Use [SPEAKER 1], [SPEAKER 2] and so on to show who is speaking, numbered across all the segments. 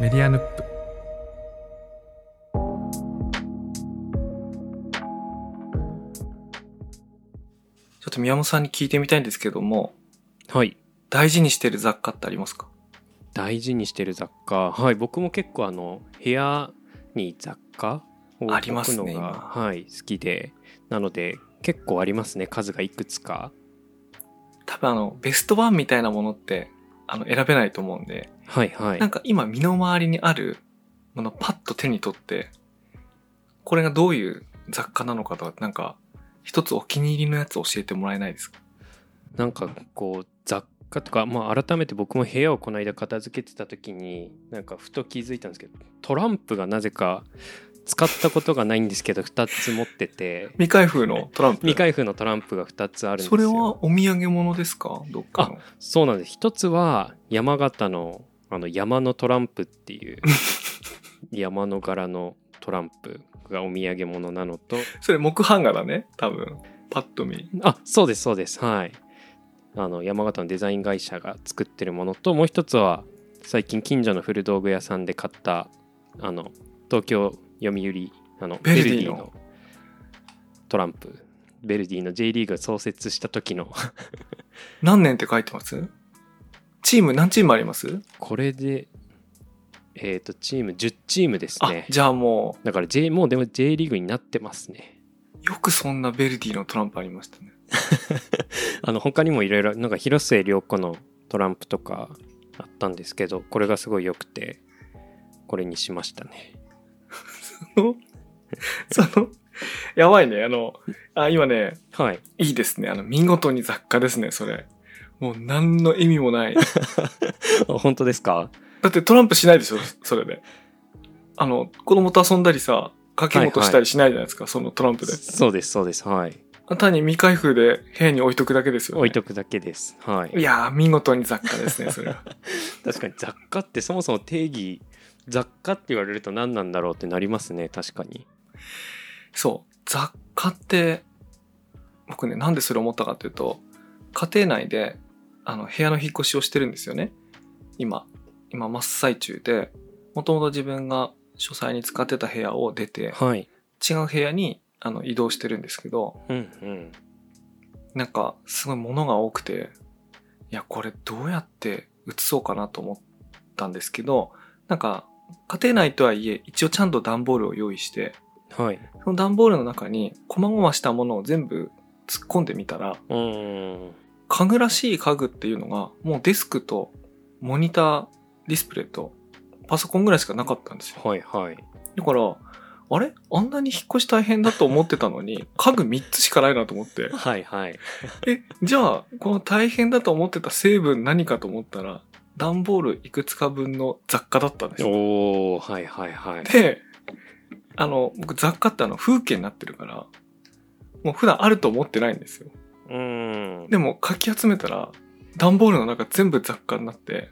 [SPEAKER 1] メディアヌップ
[SPEAKER 2] ちょっと宮本さんに聞いてみたいんですけども、
[SPEAKER 3] はい
[SPEAKER 2] 大事にしてる雑貨ってありますか
[SPEAKER 3] 大事にしてる雑貨はい僕も結構あの部屋に雑貨を
[SPEAKER 2] あり
[SPEAKER 3] 置
[SPEAKER 2] ま
[SPEAKER 3] く
[SPEAKER 2] す
[SPEAKER 3] のが、
[SPEAKER 2] ね今
[SPEAKER 3] はい、好きでなので結構ありますね数がいくつか
[SPEAKER 2] 多分あの、ベストワンみたいなものって、あの、選べないと思うんで、
[SPEAKER 3] はいはい
[SPEAKER 2] なんか今身の回りにあるものパッと手に取って、これがどういう雑貨なのかとか、なんか、一つお気に入りのやつ教えてもらえないですか
[SPEAKER 3] なんかこう雑貨とか、まあ、改めて僕も部屋をこの間片付けてた時になんかふと気づいたんですけどトランプがなぜか使ったことがないんですけど2つ持ってて
[SPEAKER 2] 未開封のトランプ。
[SPEAKER 3] 未開封のトランプが2つあるんですよ
[SPEAKER 2] それはお土産物ですかどっかの。
[SPEAKER 3] そうなんです一つは山形のあの山のトランプって いう山の柄のトランプがお土産物なのと
[SPEAKER 2] それ木版画だね、多分。パッと見。
[SPEAKER 3] あそうですそうですはいあの山形のデザイン会社が作ってるものともう一つは最近近所の古道具屋さんで買ったあの東京読売あの
[SPEAKER 2] ベルディの
[SPEAKER 3] トランプベルディの J リーグが創設した時の
[SPEAKER 2] 何年って書いてますチーム何チームあります、
[SPEAKER 3] これでえっ、とチーム10チームです
[SPEAKER 2] あ
[SPEAKER 3] ね、
[SPEAKER 2] じゃあも
[SPEAKER 3] だから J もうでも J リーグになってますね。
[SPEAKER 2] う、よくそんなベルディのトランプありましたね。
[SPEAKER 3] あの他にもいろいろなんか広末涼子のトランプとかあったんですけどこれがすごい良くてこれにしましたね。
[SPEAKER 2] の、 その、やばいね、あの、あ、今ね、
[SPEAKER 3] はい。
[SPEAKER 2] いいですね。あの、見事に雑貨ですね、それ。もう何の意味も ない。だ
[SPEAKER 3] あ本当ですか。
[SPEAKER 2] ってトランプしないでしょ、それで。あの、子供と遊んだりさ、掛け事したりしないじゃないですか、そのトランプで。
[SPEAKER 3] そうですそうですはい。
[SPEAKER 2] 単に未開封で部屋に置いとくだけですよ、ね。
[SPEAKER 3] 置いとくだけです。はい。
[SPEAKER 2] いやー、見事に雑貨ですね、それは。
[SPEAKER 3] 確かに雑貨ってそもそも定義雑貨って言われると何なんだろうってなりますね確かに。
[SPEAKER 2] そう。雑貨って、僕ね、なんでそれ思ったかというと、家庭内で、あの、部屋の引っ越しをしてるんですよね。今。今、真っ最中で、もともと自分が書斎に使ってた部屋を出て、
[SPEAKER 3] はい。
[SPEAKER 2] 違う部屋に、あの、移動してるんですけど、
[SPEAKER 3] うんうん。
[SPEAKER 2] なんか、すごい物が多くて、いや、これどうやって移そうかなと思ったんですけど、なんか、家庭内とはいえ、一応ちゃんと段ボールを用意して、
[SPEAKER 3] はい。
[SPEAKER 2] その段ボールの中に、細々したものを全部突っ込んでみたら、
[SPEAKER 3] うーん。
[SPEAKER 2] 家具らしい家具っていうのが、もうデスクと、モニター、ディスプレイと、パソコンぐらいしかなかったんですよ。
[SPEAKER 3] はいはい。
[SPEAKER 2] だから、あれあんなに引っ越し大変だと思ってたのに、家具3つしかないなと思って。
[SPEAKER 3] はいはい。
[SPEAKER 2] え、じゃあ、この大変だと思ってた成分何かと思ったら、段ボールいくつか分の雑貨だったんですよ。
[SPEAKER 3] おおはいはいはい。
[SPEAKER 2] で、あの、僕雑貨ってあの風景になってるから、もう普段あると思ってないんですよ。
[SPEAKER 3] うーん。
[SPEAKER 2] でも、かき集めたら、段ボールの中全部雑貨になって、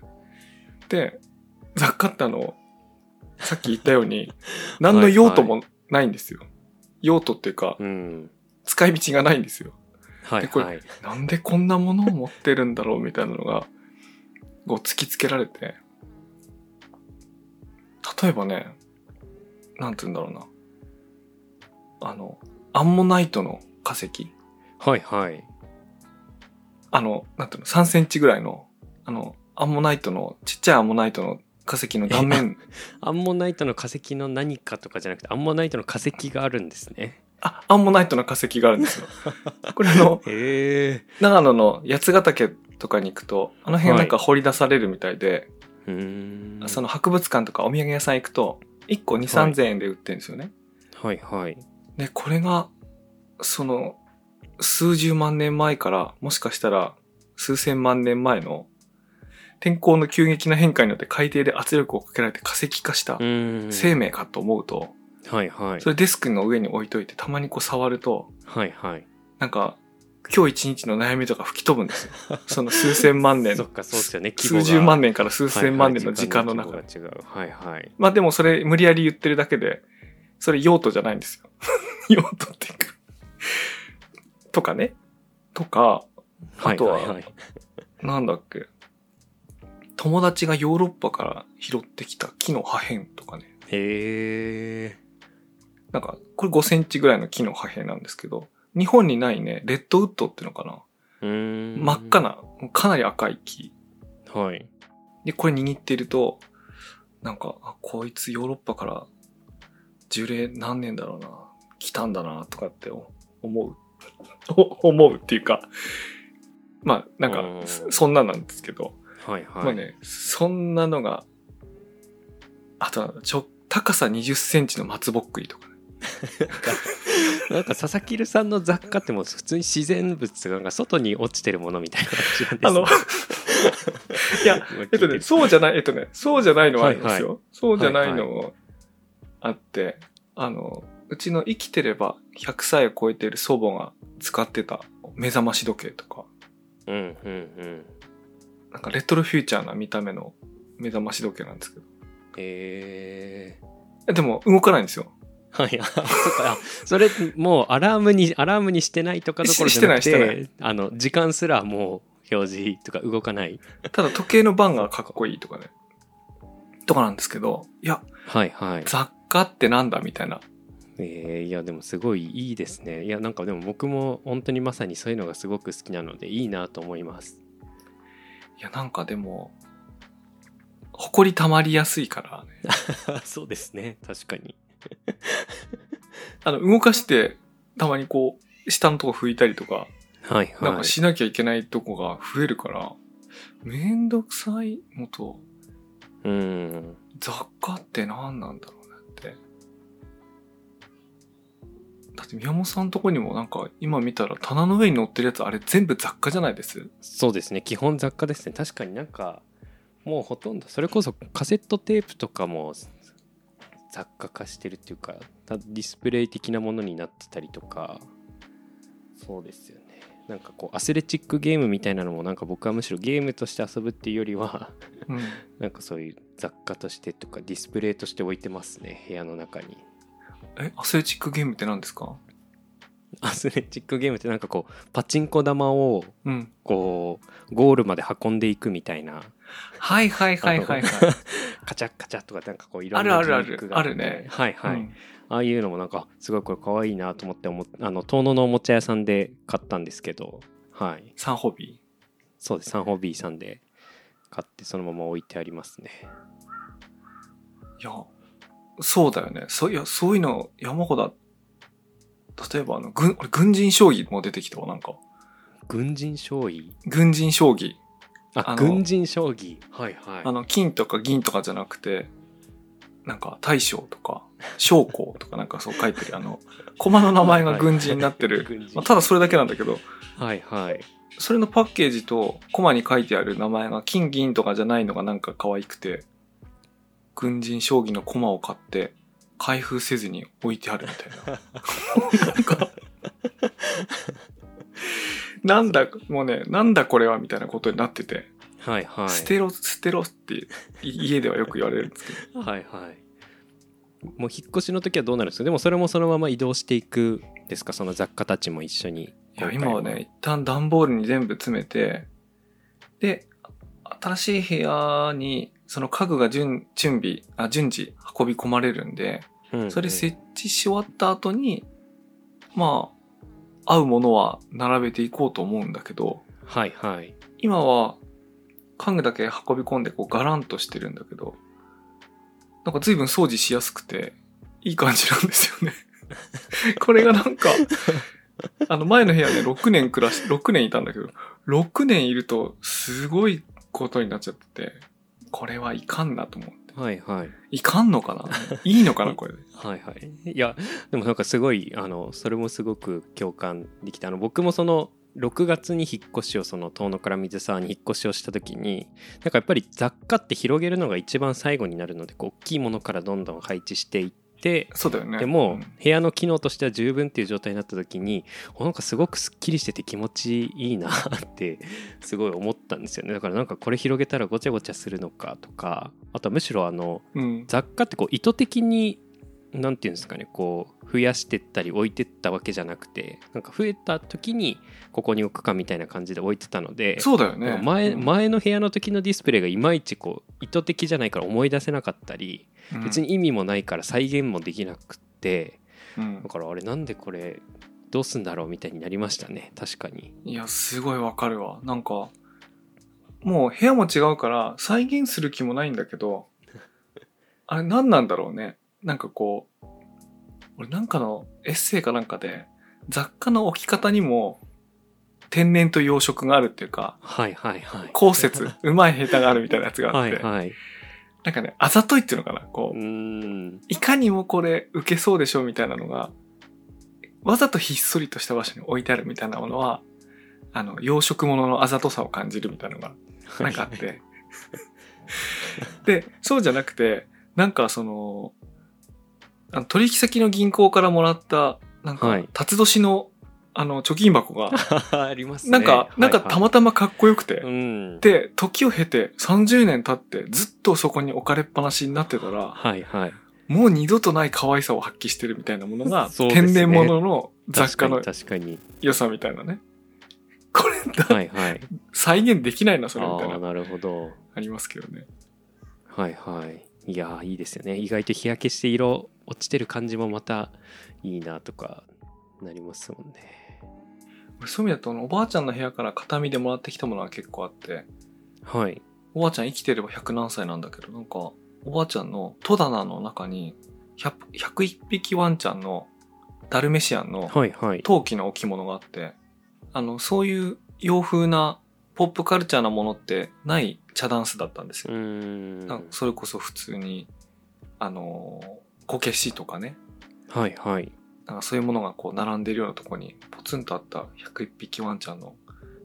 [SPEAKER 2] で、雑貨ってあの、さっき言ったよう に、何の用途もないんですよ。用途っていうか、
[SPEAKER 3] うん。
[SPEAKER 2] 使い道がないんですよ。
[SPEAKER 3] はい
[SPEAKER 2] でこれ
[SPEAKER 3] はい。
[SPEAKER 2] なんでこんなものを持ってるんだろうみたいなのが、こう突きつけられて、例えばね、なんて言うんだろうな。あの、アンモナイトの化石
[SPEAKER 3] はいはい。
[SPEAKER 2] あの、なんていうの、3センチぐらいの、あの、アンモナイトの、ちっちゃいアンモナイトの化石の断面、
[SPEAKER 3] アンモナイトの化石の何かとかじゃなくてアンモナイトの化石があるんですね。
[SPEAKER 2] あ、アンモナイトの化石がある んですよ。これあの、
[SPEAKER 3] へ
[SPEAKER 2] 長野の八ヶ岳とかに行くと、あの辺なんか掘り出されるみたいで、
[SPEAKER 3] え。うーん。
[SPEAKER 2] その博物館とかお土産屋さん行くと、1個2、
[SPEAKER 3] はい
[SPEAKER 2] 3千円で売ってるんですよね。
[SPEAKER 3] はいはい。
[SPEAKER 2] で、これが、その、数十万年前から、もしかしたら、数千万年前の、天候の急激な変化によって海底で圧力をかけられて化石化した
[SPEAKER 3] う、ーん。
[SPEAKER 2] 生命かと思うと、
[SPEAKER 3] はいはい
[SPEAKER 2] そ。れデスクの上に置いといて、たまにこう触ると、
[SPEAKER 3] はいはい。
[SPEAKER 2] なんか、今日一日の悩みとか吹き飛ぶんですよ。 その数千万年
[SPEAKER 3] そっ
[SPEAKER 2] の、
[SPEAKER 3] かそうですよね。
[SPEAKER 2] 数十万
[SPEAKER 3] 年、
[SPEAKER 2] 年から数千万年の時間の中で。
[SPEAKER 3] 規模が違う。はいはい。
[SPEAKER 2] まあでもそれ無理やり言ってるだけで、それ用途じゃないんですよ。 用途っていうか。とかね。とか、あとは
[SPEAKER 3] はいはいはい
[SPEAKER 2] なんだっけ。友達がヨーロッパから拾ってきた木の破片とかね。
[SPEAKER 3] へえ。
[SPEAKER 2] なんか、これ5センチぐらいの木の破片なんですけど、日本にないね、レッドウッドっていうのかな。
[SPEAKER 3] うーん。
[SPEAKER 2] 真っ赤。な、かなり赤い木。
[SPEAKER 3] はい。
[SPEAKER 2] で、これ握っていると、なんか、あこいつヨーロッパから樹齢何年だろうな、来たんだな、とかって思う。 お思うっていうか、まあ、なんか
[SPEAKER 3] うん、
[SPEAKER 2] そそんななんですけど、
[SPEAKER 3] はいはい。
[SPEAKER 2] まあね、そんなのが、あとは、ちょ、高さ20センチの松ぼっくりとかね。
[SPEAKER 3] なんか佐々木留さんの雑貨ってもう普通に自然物がなんか外に落ちてる ものみたいな感じなんです、ね、
[SPEAKER 2] あの、いや、
[SPEAKER 3] 今聞い
[SPEAKER 2] え
[SPEAKER 3] て
[SPEAKER 2] っとね、そうじゃない、えっとね、そうじゃないのはありますよ。
[SPEAKER 3] は
[SPEAKER 2] そうじゃないのもあって、あの、うちの生きてれば100歳を超えている祖母が使ってた目覚まし時計とか、
[SPEAKER 3] うんうんうん。
[SPEAKER 2] なんかレトロフューチャーな見た目の目覚まし時計なんですけど
[SPEAKER 3] えー。
[SPEAKER 2] え。でも動かないんですよ。
[SPEAKER 3] はい、あ そっかあそれもうアラームにアラームにしてないとかどころじゃなく
[SPEAKER 2] ししてないして
[SPEAKER 3] あの時間すらもう表示とか動かない
[SPEAKER 2] ただ時計の番がかっこいいとかね。とかなんですけど、いや、
[SPEAKER 3] はいはい
[SPEAKER 2] 雑貨ってなんだみたいな。
[SPEAKER 3] えーいやでもすごいいいですねいやなんかでも僕も本当にまさにそういうのがすごく好きなのでいいなと思い ます
[SPEAKER 2] いや、なんかでも、埃溜まりやすいから、ね、
[SPEAKER 3] あそうですね確かに
[SPEAKER 2] あの、動かして、たまにこう、下のとこ拭いたりとか、
[SPEAKER 3] はいはい
[SPEAKER 2] なんかしなきゃいけないとこが増えるから、めんどくさいのと、
[SPEAKER 3] うん
[SPEAKER 2] 雑貨って何なんだろうなって。だって宮本さんのとこにもなんか今見たら棚の上に乗ってるやつあれ全部雑貨じゃないです
[SPEAKER 3] そうですね基本雑貨ですね確かになんかもうほとんどそれこそカセットテープとかも雑貨化してるっていうかたディスプレイ的なものになってたりとかそうですよねなんかこうアスレチックゲームみたいなのもなんか僕はむしろゲームとして遊ぶっていうよりは
[SPEAKER 2] うん。
[SPEAKER 3] なんかそういう雑貨としてとかディスプレイとして置いてますね部屋の中に
[SPEAKER 2] え、アスレチックゲームって何ですか
[SPEAKER 3] アスレチックゲームってなんかこうパチンコ玉を
[SPEAKER 2] うん。
[SPEAKER 3] こうゴールまで運んでいくみたいな
[SPEAKER 2] はいはいはいはいはい。
[SPEAKER 3] カチャッカチャッとかなんかこういろん
[SPEAKER 2] あ
[SPEAKER 3] な
[SPEAKER 2] るある
[SPEAKER 3] ギミックがって
[SPEAKER 2] あるね
[SPEAKER 3] はいはい、
[SPEAKER 2] うん
[SPEAKER 3] ああいうのもなんかすごいこれ可愛いなと思って思っあの遠野のおもちゃ屋さんで買ったんですけどはい
[SPEAKER 2] サンホビ
[SPEAKER 3] そうですサンホビーさんで買ってそのまま置いてありますね
[SPEAKER 2] ー。いや、そうだよね。そういや、そういうの山ほど、例えばあの、軍、俺軍人将棋も出てきたわ、なんか。
[SPEAKER 3] 軍人将棋
[SPEAKER 2] 軍人将棋。
[SPEAKER 3] あ
[SPEAKER 2] あの
[SPEAKER 3] 軍人将棋はいはい
[SPEAKER 2] あの、金とか銀とかじゃなくて、なんか、大将とか、将校とかなんかそう書いてる、あの、駒の名前が軍人になって
[SPEAKER 3] はい
[SPEAKER 2] る。
[SPEAKER 3] 軍人
[SPEAKER 2] まあ、ただそれだけなんだけど、
[SPEAKER 3] はいはい
[SPEAKER 2] それのパッケージと、駒に書いてある名前が金銀とかじゃないのがなんか可愛くて、軍人将棋の駒を買って、開封せずに置いてあるみたいな。なんか、なんだ、もうね、なんだこれはみたいなことになってて。
[SPEAKER 3] はいはい
[SPEAKER 2] 捨てろ、捨てろってい家ではよく言われるんですけど。
[SPEAKER 3] はいはいもう引っ越しの時はどうなるんですかでもそれもそのまま移動していくですかその雑貨たちも一緒に
[SPEAKER 2] いや、今はね、一旦段ボールに全部詰めて、で、新しい部屋にその家具が順準備あ、順次運び込まれるんで、
[SPEAKER 3] うんうん
[SPEAKER 2] それ設置し終わった後に、まあ、合うものは並べていこうと思うんだけど、
[SPEAKER 3] はいはい
[SPEAKER 2] 今は家具だけ運び込んでこうガランとしてるんだけど、なんか随分掃除しやすくて、いい感じなんですよね。 これがな んか、あの前の部屋ね、6年暮らし、6年いたんだけど、6年いるとすごいことになっちゃってて、これはいかんなと思って。
[SPEAKER 3] はいはい
[SPEAKER 2] いかん のかないいのかなこれ。
[SPEAKER 3] はいはいいやでもなんかすごいあのそれもすごく共感できたあの僕もその6月に引っ越しをその遠野から水沢に引っ越しをした時になんかやっぱり雑貨って広げるのが一番最後になるのでこう大きいものからどんどん配置していって
[SPEAKER 2] そうだよね。
[SPEAKER 3] で
[SPEAKER 2] う
[SPEAKER 3] も
[SPEAKER 2] ん
[SPEAKER 3] 部屋の機能としては十分っていう状態になった時におなんかすごくすっきりしてて気持ちいいなってすごい思ったんですよねだからなんかこれ広げたらごちゃごちゃするのかとかあとはむしろあの
[SPEAKER 2] うん。
[SPEAKER 3] 雑貨ってこう意図的になんていうんですかねこう増やしてったり置いてったわけじゃなくてなんか増えた時にここに置くかみたいな感じで置いてたので
[SPEAKER 2] そうだよ
[SPEAKER 3] なん
[SPEAKER 2] ね
[SPEAKER 3] か前
[SPEAKER 2] うん
[SPEAKER 3] 前の部屋の時のディスプレイがいまいちこう意図的じゃないから思い出せなかったり
[SPEAKER 2] うん
[SPEAKER 3] 別に意味もないから再現もできなくって
[SPEAKER 2] うん
[SPEAKER 3] だからあれなんでこれどうすんだろうみたいになりましたね確かに
[SPEAKER 2] いや、すごいわかるわ。なんか、もう部屋も違うから、再現する気もないんだけ ど、あれ何なんだろうね。なんかこう、俺なんかのエッセイかなんかで、雑貨の置き方にも、天然と養殖があるってい うか、
[SPEAKER 3] はいはいはい
[SPEAKER 2] 後説、うまい下手があるみたいなやつがあ
[SPEAKER 3] は
[SPEAKER 2] っ
[SPEAKER 3] い
[SPEAKER 2] て、
[SPEAKER 3] はい
[SPEAKER 2] なんかね、あざといっていうのかな。
[SPEAKER 3] う
[SPEAKER 2] こう、
[SPEAKER 3] ーん
[SPEAKER 2] いかにもこれ受けそうでしょみたいなのが、わざとひっそりとした場所に置いてあるみたいなものは、あの、養殖物のあざとさを感じるみたいなのが、なんかあって。で、そうじゃなくて、なんかその、あの取引先の銀行からもらった、なん
[SPEAKER 3] は
[SPEAKER 2] か
[SPEAKER 3] い、
[SPEAKER 2] 辰年の、あの、貯金箱が、
[SPEAKER 3] ありますね
[SPEAKER 2] なんか、なんかたまたまかっこよくて
[SPEAKER 3] う、ん
[SPEAKER 2] で、時を経て30年経ってずっとそこに置かれっぱなしになってたら、
[SPEAKER 3] はいはい
[SPEAKER 2] もう二度とない可愛さを発揮してるみたいなものが、
[SPEAKER 3] そうですね
[SPEAKER 2] 天然物の
[SPEAKER 3] 確
[SPEAKER 2] 雑
[SPEAKER 3] か
[SPEAKER 2] 貨
[SPEAKER 3] に
[SPEAKER 2] の
[SPEAKER 3] 確かに
[SPEAKER 2] 良さみたいなね。これだ、
[SPEAKER 3] はい はい
[SPEAKER 2] 再現できないな、
[SPEAKER 3] あ
[SPEAKER 2] それみたい
[SPEAKER 3] あ
[SPEAKER 2] な、
[SPEAKER 3] なるほど
[SPEAKER 2] ありますけどね。
[SPEAKER 3] はいはいいやーいいですよね意外と日焼けして色落ちてる感じもまたいいなとかなりますもんね
[SPEAKER 2] 俺そういう意味だと、あのおばあちゃんの部屋から形見でもらってきたものは結構あって、
[SPEAKER 3] はい
[SPEAKER 2] おばあちゃん生きてれば100何歳なんだけど、なんか、おばあちゃんの戸棚の中に、100 101匹ワンちゃんのダルメシアンの
[SPEAKER 3] はいはい
[SPEAKER 2] 陶器の置物があって、あの、そういう洋風なポップカルチャーなものってない茶ダンスだったんですよ
[SPEAKER 3] う。ーん
[SPEAKER 2] なんかそれこそ普通にあのーこけしとかね
[SPEAKER 3] はいはい
[SPEAKER 2] なんかそういうものがこう並んでるようなとこにポツンとあった101匹ワンちゃんの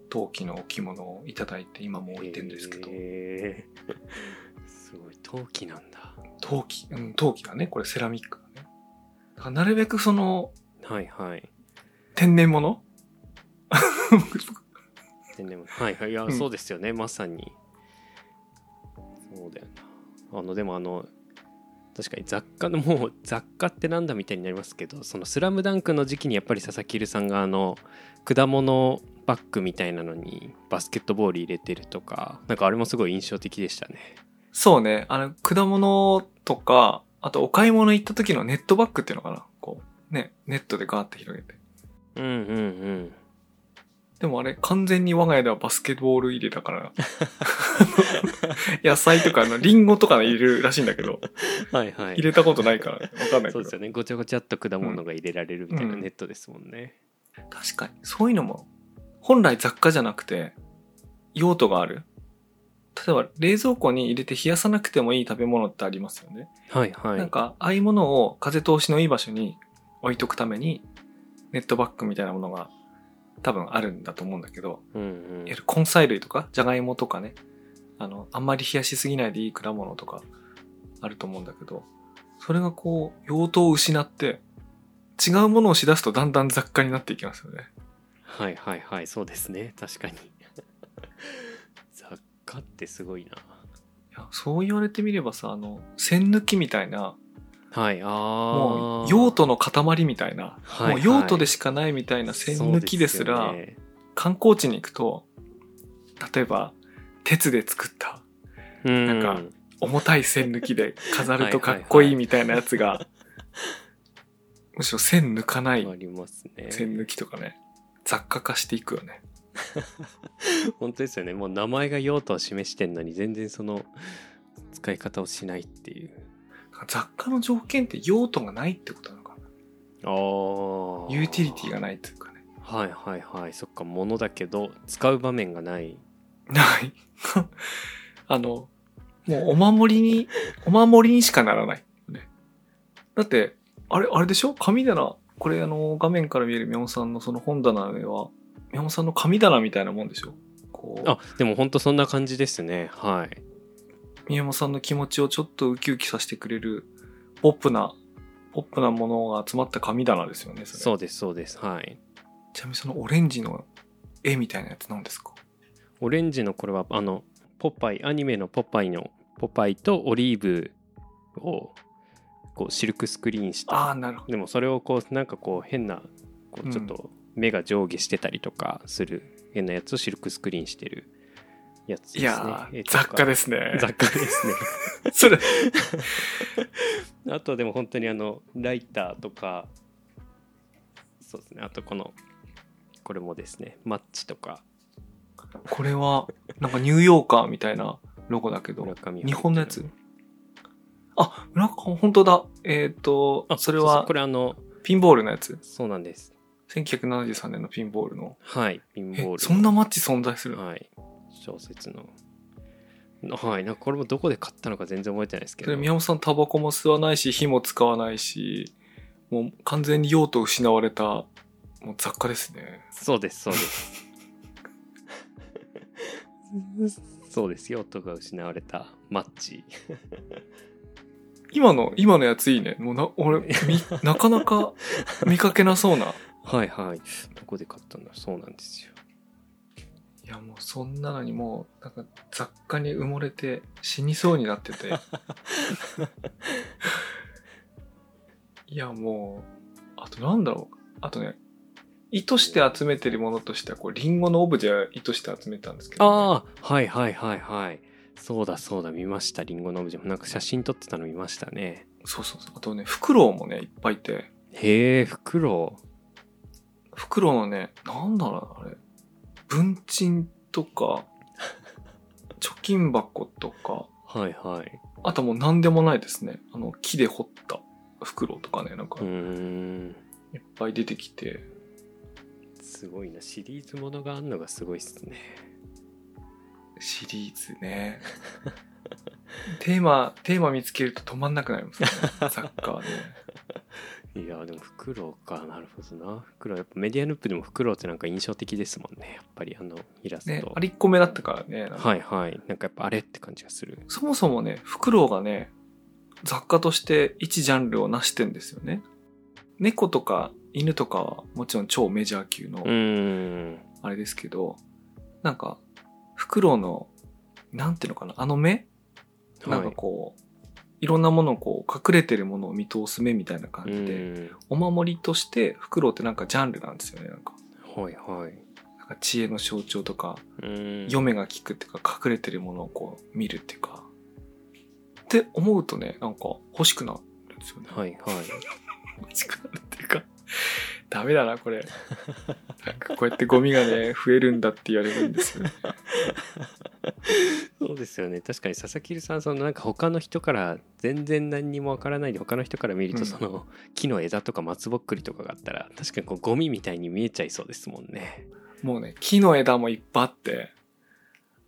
[SPEAKER 2] 陶器の置物をいただいて今も置いてるんですけど、
[SPEAKER 3] へー すごい陶器なんだ
[SPEAKER 2] 陶器、うん、陶器がねこれセラミックがねだからなるべくその
[SPEAKER 3] はいはい
[SPEAKER 2] 天然物
[SPEAKER 3] 天然物はいはいいや、
[SPEAKER 2] うん
[SPEAKER 3] そうですよねまさにそうだよなあのでもあの確かに雑貨の もう雑貨ってなんだみたいになりますけどその「スラムダンクの時期にやっぱり佐々木留さんがあの果物バッグみたいなのにバスケットボール入れてるとかなんかあれもすごい印象的でしたね
[SPEAKER 2] そうねあの果物とかあとお買い物行った時のネットバッグっていうのかなこうねネットでガーって広げて
[SPEAKER 3] うんうんうん
[SPEAKER 2] でもあれ、完全に我が家ではバスケットボール入れだから。野菜とか、あの、リンゴとか入れるらしいんだけど、
[SPEAKER 3] はいは
[SPEAKER 2] 入れたことないから、わかんないけ
[SPEAKER 3] そう
[SPEAKER 2] ど。
[SPEAKER 3] ですよねごちゃごちゃっと果物が入れられるみたいな
[SPEAKER 2] うん
[SPEAKER 3] ネットですもんね、
[SPEAKER 2] 確かに。そういうのも、本来雑貨じゃなくて、用途がある。例えば、冷蔵庫に入れて冷やさなくてもいい食べ物ってありますよね。
[SPEAKER 3] はいはい
[SPEAKER 2] なんか、ああいうものを風通しのいい場所に置いとくために、ネットバッグみたいなものが多分あるんだと思うんだけど、
[SPEAKER 3] うん
[SPEAKER 2] いわ
[SPEAKER 3] うん
[SPEAKER 2] ゆる根菜類とかじゃがいもとかねあのあんまり冷やしすぎないでいい果物とかあると思うんだけどそれがこう用途を失って違うものをしだすとだんだん雑貨になっていきますよね
[SPEAKER 3] はいはいはいそうですね確 かに雑貨ってすごいない
[SPEAKER 2] やそう言われてみればさあの線抜きみたいな
[SPEAKER 3] はいあ
[SPEAKER 2] も
[SPEAKER 3] も
[SPEAKER 2] う用途の塊みたいな、
[SPEAKER 3] はい
[SPEAKER 2] もう用途でしかないみたいな線抜きですら観光地に行くと例えば鉄で作った
[SPEAKER 3] なん
[SPEAKER 2] か重たい線抜きで飾るとかっ
[SPEAKER 3] は
[SPEAKER 2] こ
[SPEAKER 3] いはいはい
[SPEAKER 2] いいみたいなやつが、むしろ線抜かない
[SPEAKER 3] ありますね
[SPEAKER 2] 線抜きとかね、雑貨化していくよね。
[SPEAKER 3] 本当ですよねもう名前が用途を示してんのに全然その使い方をしないっていう
[SPEAKER 2] 雑貨の条件って用途がないってことなのかな
[SPEAKER 3] ああ
[SPEAKER 2] ユーティリティがないというかね。
[SPEAKER 3] はいはいはいそっか物だけど使う場面がない
[SPEAKER 2] ない。 あの、もうお守りに、お守りにしかならない。ね、だって、あれ、あれでしょ神棚。これあの、画面から見えるミョンさんのその本棚の上は、ミョンさんの神棚みたいなもんでしょこう
[SPEAKER 3] あでも本当そんな感じですねはい
[SPEAKER 2] 宮本さんの気持ちをちょっとウキウキさせてくれるポップなポップなものが集まった神棚ですよねそれ
[SPEAKER 3] そうですそうですはい
[SPEAKER 2] ちなみにそのオレンジの絵みたいなやつなんですか
[SPEAKER 3] オレンジのこれはあのポパイアニメのポパイのポパイとオリーブをこうシルクスクリーンして
[SPEAKER 2] ああなるほど
[SPEAKER 3] でもそれをこうなんかこう変なこ
[SPEAKER 2] う
[SPEAKER 3] うんちょっと目が上下してたりとかする変なやつをシルクスクリーンしてるやつですね。
[SPEAKER 2] いや
[SPEAKER 3] 絵
[SPEAKER 2] ー
[SPEAKER 3] とか
[SPEAKER 2] 雑貨ですね
[SPEAKER 3] 雑貨ですね。
[SPEAKER 2] それ
[SPEAKER 3] あとはでも本当にあのライターとかそうですねあとこのこれもですねマッチとか
[SPEAKER 2] これはなんかニューヨーカーみたいなロゴだけど
[SPEAKER 3] 村上
[SPEAKER 2] 日本のやつあなんか本当だえっ、と
[SPEAKER 3] あ
[SPEAKER 2] それ
[SPEAKER 3] う
[SPEAKER 2] は
[SPEAKER 3] うこれあの
[SPEAKER 2] ピンボールのやつ
[SPEAKER 3] そうなんです
[SPEAKER 2] 1973年のピンボールの
[SPEAKER 3] はいピンボール
[SPEAKER 2] えそんなマッチ存在するの
[SPEAKER 3] はい小説のはいなんかこれもどこで買ったのか全然覚えてないですけ
[SPEAKER 2] で
[SPEAKER 3] ど
[SPEAKER 2] 宮本さんタバコも吸わないし火も使わないしもう完全に用途を失われたもう雑貨ですね
[SPEAKER 3] そうですそうです そうですよ音が失われたマッチ
[SPEAKER 2] 今の今のやついいねもうな俺 みなかなか見かけなそうな
[SPEAKER 3] はいはいどこで買ったんだそうなんですよ
[SPEAKER 2] いやもうそんなのにもうなんか雑貨に埋もれて死にそうになって ていやもうあとなんだろうあとね意図して集めてるものとしてはこうリンゴのオブジェを意図して集めたんですけどね、
[SPEAKER 3] ああはいはいはいはいそうだそうだ見ましたリンゴのオブジェもなんか写真撮ってたの見ましたね
[SPEAKER 2] そうそうそうあとねフクロウもねいっぱいいて
[SPEAKER 3] へえフクロ
[SPEAKER 2] フクロウのねなんだろうなあれ文鎮と か貯金箱とか
[SPEAKER 3] ウはいはい
[SPEAKER 2] あともう何でもないですねあの木で掘ったフクロウとかねなんか
[SPEAKER 3] うーん
[SPEAKER 2] いっぱい出てきて、
[SPEAKER 3] すごいなシリーズものがあんのがすごいっすね
[SPEAKER 2] シリーズねテーマテーマ見つけると止まんなくなりますね サッカーね
[SPEAKER 3] いやでもフクロウかなるほどなフクロウやっぱメディアヌップでもフクロウってなんか印象的ですもんねやっぱりあのイラスト、
[SPEAKER 2] ねありっこめだったからねなんか
[SPEAKER 3] はいはいなんかやっぱあれって感じがする
[SPEAKER 2] そもそもねフクロウがね雑貨として一ジャンルを成してんですよね猫とか犬とかはもちろん超メジャー級の
[SPEAKER 3] うーん
[SPEAKER 2] あれですけど、なんかフクロウのなんていうのかなあの目なんかこう、い、ろんなものをこう隠れてるものを見通す目みたいな感
[SPEAKER 3] う
[SPEAKER 2] じで、
[SPEAKER 3] ーん
[SPEAKER 2] お守りとしてフクロウってなんかジャンルなんですよねなんか
[SPEAKER 3] はいはい
[SPEAKER 2] なんか知恵の象徴とか、
[SPEAKER 3] うーん
[SPEAKER 2] 嫁が聞くっていうか隠れてるものをこう見るっていうかって思うとねなんか欲しくなるんですよね、
[SPEAKER 3] はいはい
[SPEAKER 2] 欲しくなるっていうかダメだなこれなんかこうやってゴミがね増えるんだって言われるんですよね
[SPEAKER 3] そうですよね確かに佐々木さんそのなんか他の人から全然何にもわからないで他の人から見る
[SPEAKER 2] う
[SPEAKER 3] と
[SPEAKER 2] ん
[SPEAKER 3] その、木の枝とか松ぼっくりとかがあったら確かにこうゴミみたいに見えちゃいそうですもんね
[SPEAKER 2] もうね木の枝もいっぱいあって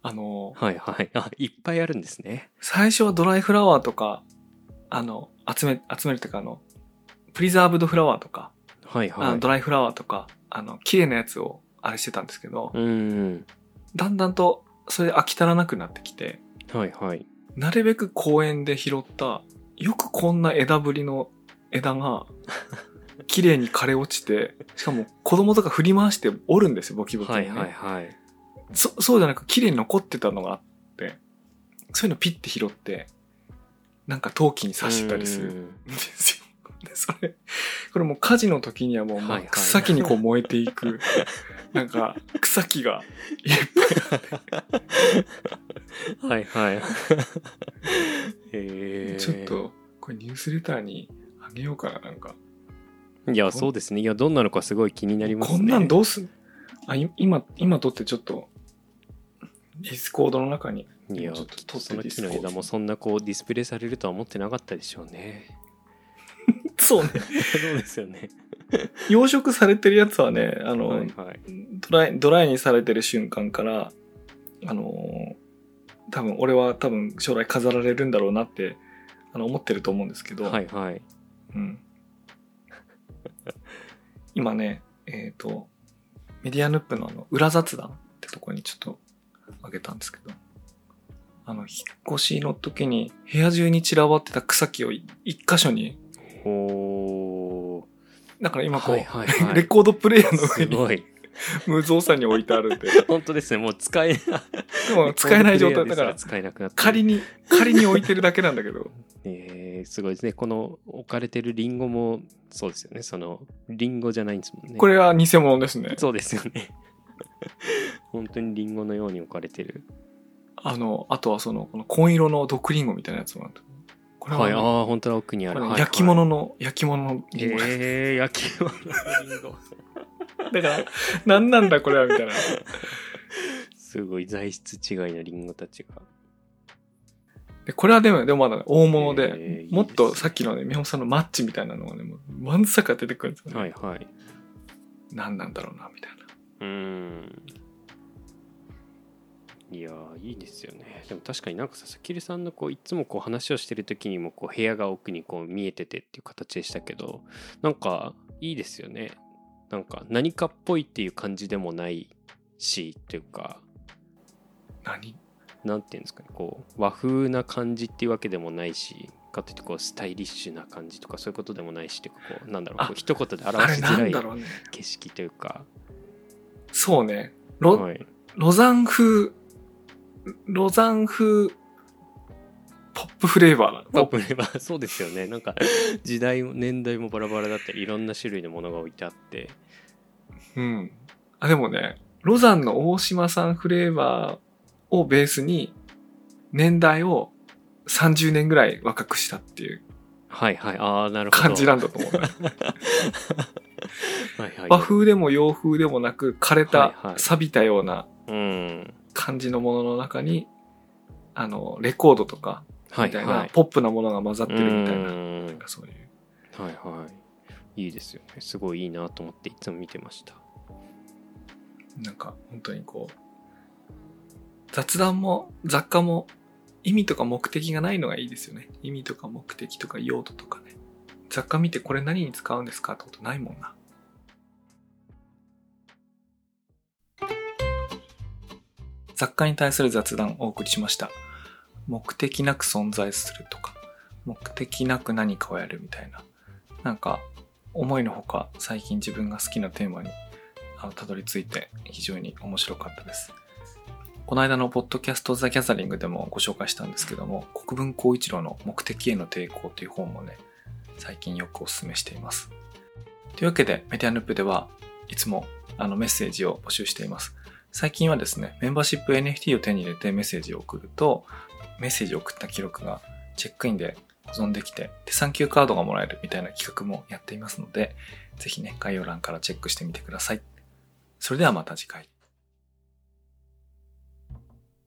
[SPEAKER 2] あの
[SPEAKER 3] はいはいあいっぱいあるんですね
[SPEAKER 2] 最初はドライフラワーとかあの集め集めるっていうかあのプリザーブドフラワーとか
[SPEAKER 3] はい
[SPEAKER 2] あ
[SPEAKER 3] は
[SPEAKER 2] の
[SPEAKER 3] い
[SPEAKER 2] ドライフラワーとか、あの、綺麗なやつをあれしてたんですけど、
[SPEAKER 3] うーん
[SPEAKER 2] だんだんとそれで飽き足らなくなってきて、
[SPEAKER 3] はいはい
[SPEAKER 2] なるべく公園で拾った、よくこんな枝ぶりの枝が、 綺麗に枯れ落ちて、しかも子供とか振り回して折るんですよ、ボキボキに
[SPEAKER 3] は
[SPEAKER 2] ね、
[SPEAKER 3] いはいはい
[SPEAKER 2] そ。そうじゃなく綺麗に残ってたのがあって、そういうのピッて拾って、なんか陶器に刺してたりする。
[SPEAKER 3] う
[SPEAKER 2] ですよ。でそれ、これもう火事の時にはもう、ま
[SPEAKER 3] は
[SPEAKER 2] あ
[SPEAKER 3] いはい
[SPEAKER 2] 草木にこう燃えてい く、なんか草木がいっ
[SPEAKER 3] ーんはいはい へえ
[SPEAKER 2] ぱい、ちょっと、これニュースレターにあげようかな、なんか。
[SPEAKER 3] いやそうですねいやどんなのかすごい気になりますね
[SPEAKER 2] こんなんどうすんあ、い今、今撮ってちょっと、ディスコードの中に、
[SPEAKER 3] いや
[SPEAKER 2] ちょっと撮って
[SPEAKER 3] その
[SPEAKER 2] ディ
[SPEAKER 3] 木
[SPEAKER 2] スコ
[SPEAKER 3] の
[SPEAKER 2] ー
[SPEAKER 3] 枝
[SPEAKER 2] ド
[SPEAKER 3] も。そんなこうディスプレイされるとは思ってなかったでしょうね
[SPEAKER 2] そうね。
[SPEAKER 3] そうですよね
[SPEAKER 2] 養殖されてるやつはね、あの、
[SPEAKER 3] はいはい
[SPEAKER 2] ドライ、ドライにされてる瞬間から、あのー多分、俺は多分将来飾られるんだろうなって、あの、思ってると思うんですけど、
[SPEAKER 3] はいはい
[SPEAKER 2] うん、 今ね、えっ、と、メディアヌップのあの、裏雑談ってとこにちょっとあげたんですけど、あの、引っ越しの時に部屋中に散らばってた草木をい一箇所に、
[SPEAKER 3] おー
[SPEAKER 2] だから今こう、
[SPEAKER 3] はいはいはい
[SPEAKER 2] レコードプレイヤーの上
[SPEAKER 3] す
[SPEAKER 2] に
[SPEAKER 3] ごい
[SPEAKER 2] 無造作に置いてあるんで、
[SPEAKER 3] 本当ですねもう使え
[SPEAKER 2] でも使えない状態
[SPEAKER 3] レコードプレイヤーで
[SPEAKER 2] だから
[SPEAKER 3] すら、使えなくなって
[SPEAKER 2] 仮
[SPEAKER 3] に
[SPEAKER 2] に、仮に置いてるだけなんだけど、
[SPEAKER 3] ええーすごいですね。この置かれてるリンゴもそうですよね。そのリンゴじゃないんですもんね。
[SPEAKER 2] これは偽物ですね。
[SPEAKER 3] そうですよね。 本当にリンゴのように置かれてる。
[SPEAKER 2] あの、あとはその、この紺色の毒リンゴみたいなやつもある。これは
[SPEAKER 3] はい、
[SPEAKER 2] ね、
[SPEAKER 3] ああ、本当だ、奥にあ
[SPEAKER 2] こ
[SPEAKER 3] る。
[SPEAKER 2] れね
[SPEAKER 3] はい
[SPEAKER 2] 焼き。物の、焼き物の
[SPEAKER 3] はい
[SPEAKER 2] リンゴ。
[SPEAKER 3] えー、焼き物の リンゴ。
[SPEAKER 2] だから、なんなんだこれはみたいな。
[SPEAKER 3] すごい材質違いのリンゴたちが。
[SPEAKER 2] でこれはでも、でもまだ大物で、
[SPEAKER 3] えー
[SPEAKER 2] もっとさっきのね、宮本さんのマッチみたいなのがね、もう、わんさか出てくるんですよね。
[SPEAKER 3] はいはい。
[SPEAKER 2] 何なんだろうな、みたいな。
[SPEAKER 3] うーん。いやーいいですよね。でも確かになんかさ、さきるさんのこういつもこう話をしてる時にもこう部屋が奥にこう見えててっていう形でしたけど、なんかいいですよね。なんか何かっぽいっていう感じでもないし、というか、
[SPEAKER 2] 何
[SPEAKER 3] なんていうんですかね、こう和風な感じっていうわけでもないし、かといってこうスタイリッシュな感じとかそういうことでもないし、というかこうなんだろう、こう
[SPEAKER 2] あ
[SPEAKER 3] 一言で
[SPEAKER 2] あ
[SPEAKER 3] 表
[SPEAKER 2] れ
[SPEAKER 3] し
[SPEAKER 2] な
[SPEAKER 3] づ
[SPEAKER 2] んだ
[SPEAKER 3] らい
[SPEAKER 2] ろうね。
[SPEAKER 3] 景色というか、
[SPEAKER 2] そうね。ロ、
[SPEAKER 3] はい、
[SPEAKER 2] ロザン風、ロザン風、ポップフレーバー
[SPEAKER 3] ポッ
[SPEAKER 2] な。
[SPEAKER 3] プレバーそうですよねなんか時代も年代もバラバラだったりいろんな種類のものが置いてあって
[SPEAKER 2] うん。あ、でもね、ロザンの大島産フレーバーをベースに、年代を30年ぐらい若くしたっていう
[SPEAKER 3] はいはいああなるほど
[SPEAKER 2] 感じなんだと思う。
[SPEAKER 3] はいはい
[SPEAKER 2] 和風でも洋風でもなく、枯れた
[SPEAKER 3] はいは、い
[SPEAKER 2] 錆びたような
[SPEAKER 3] うん
[SPEAKER 2] 感じのものの中に、あの、レコードとか、
[SPEAKER 3] はい
[SPEAKER 2] みたい
[SPEAKER 3] は、
[SPEAKER 2] ないポップなものが混ざってるみたいうな、
[SPEAKER 3] ん
[SPEAKER 2] なんかそういう。
[SPEAKER 3] はいはいいいですよねすごいいいなと思っていつも見てました
[SPEAKER 2] なんか本当にこう、雑談も雑貨も意味とか目的がないのがいいですよね。意味とか目的とか用途とかね。雑貨見てこれ何に使うんですかってことないもんな。雑貨に対する雑談をお送りしました。目的なく存在するとか、目的なく何かをやるみたいな。なんか、思いのほか最近自分が好きなテーマにあのたどり着いて非常に面白かったです。この間のポッドキャストザ・ギャザリングでもご紹介したんですけども、国分光一郎の目的への抵抗という本もね、最近よくお勧めしています。というわけで、メディアヌープではいつもあのメッセージを募集しています。最近はですね、メンバーシップ NFT を手に入れてメッセージを送ると、メッセージを送った記録がチェックインで保存できて、手産級カードがもらえるみたいな企画もやっていますので、ぜひね、概要欄からチェックしてみてください。それではまた次回。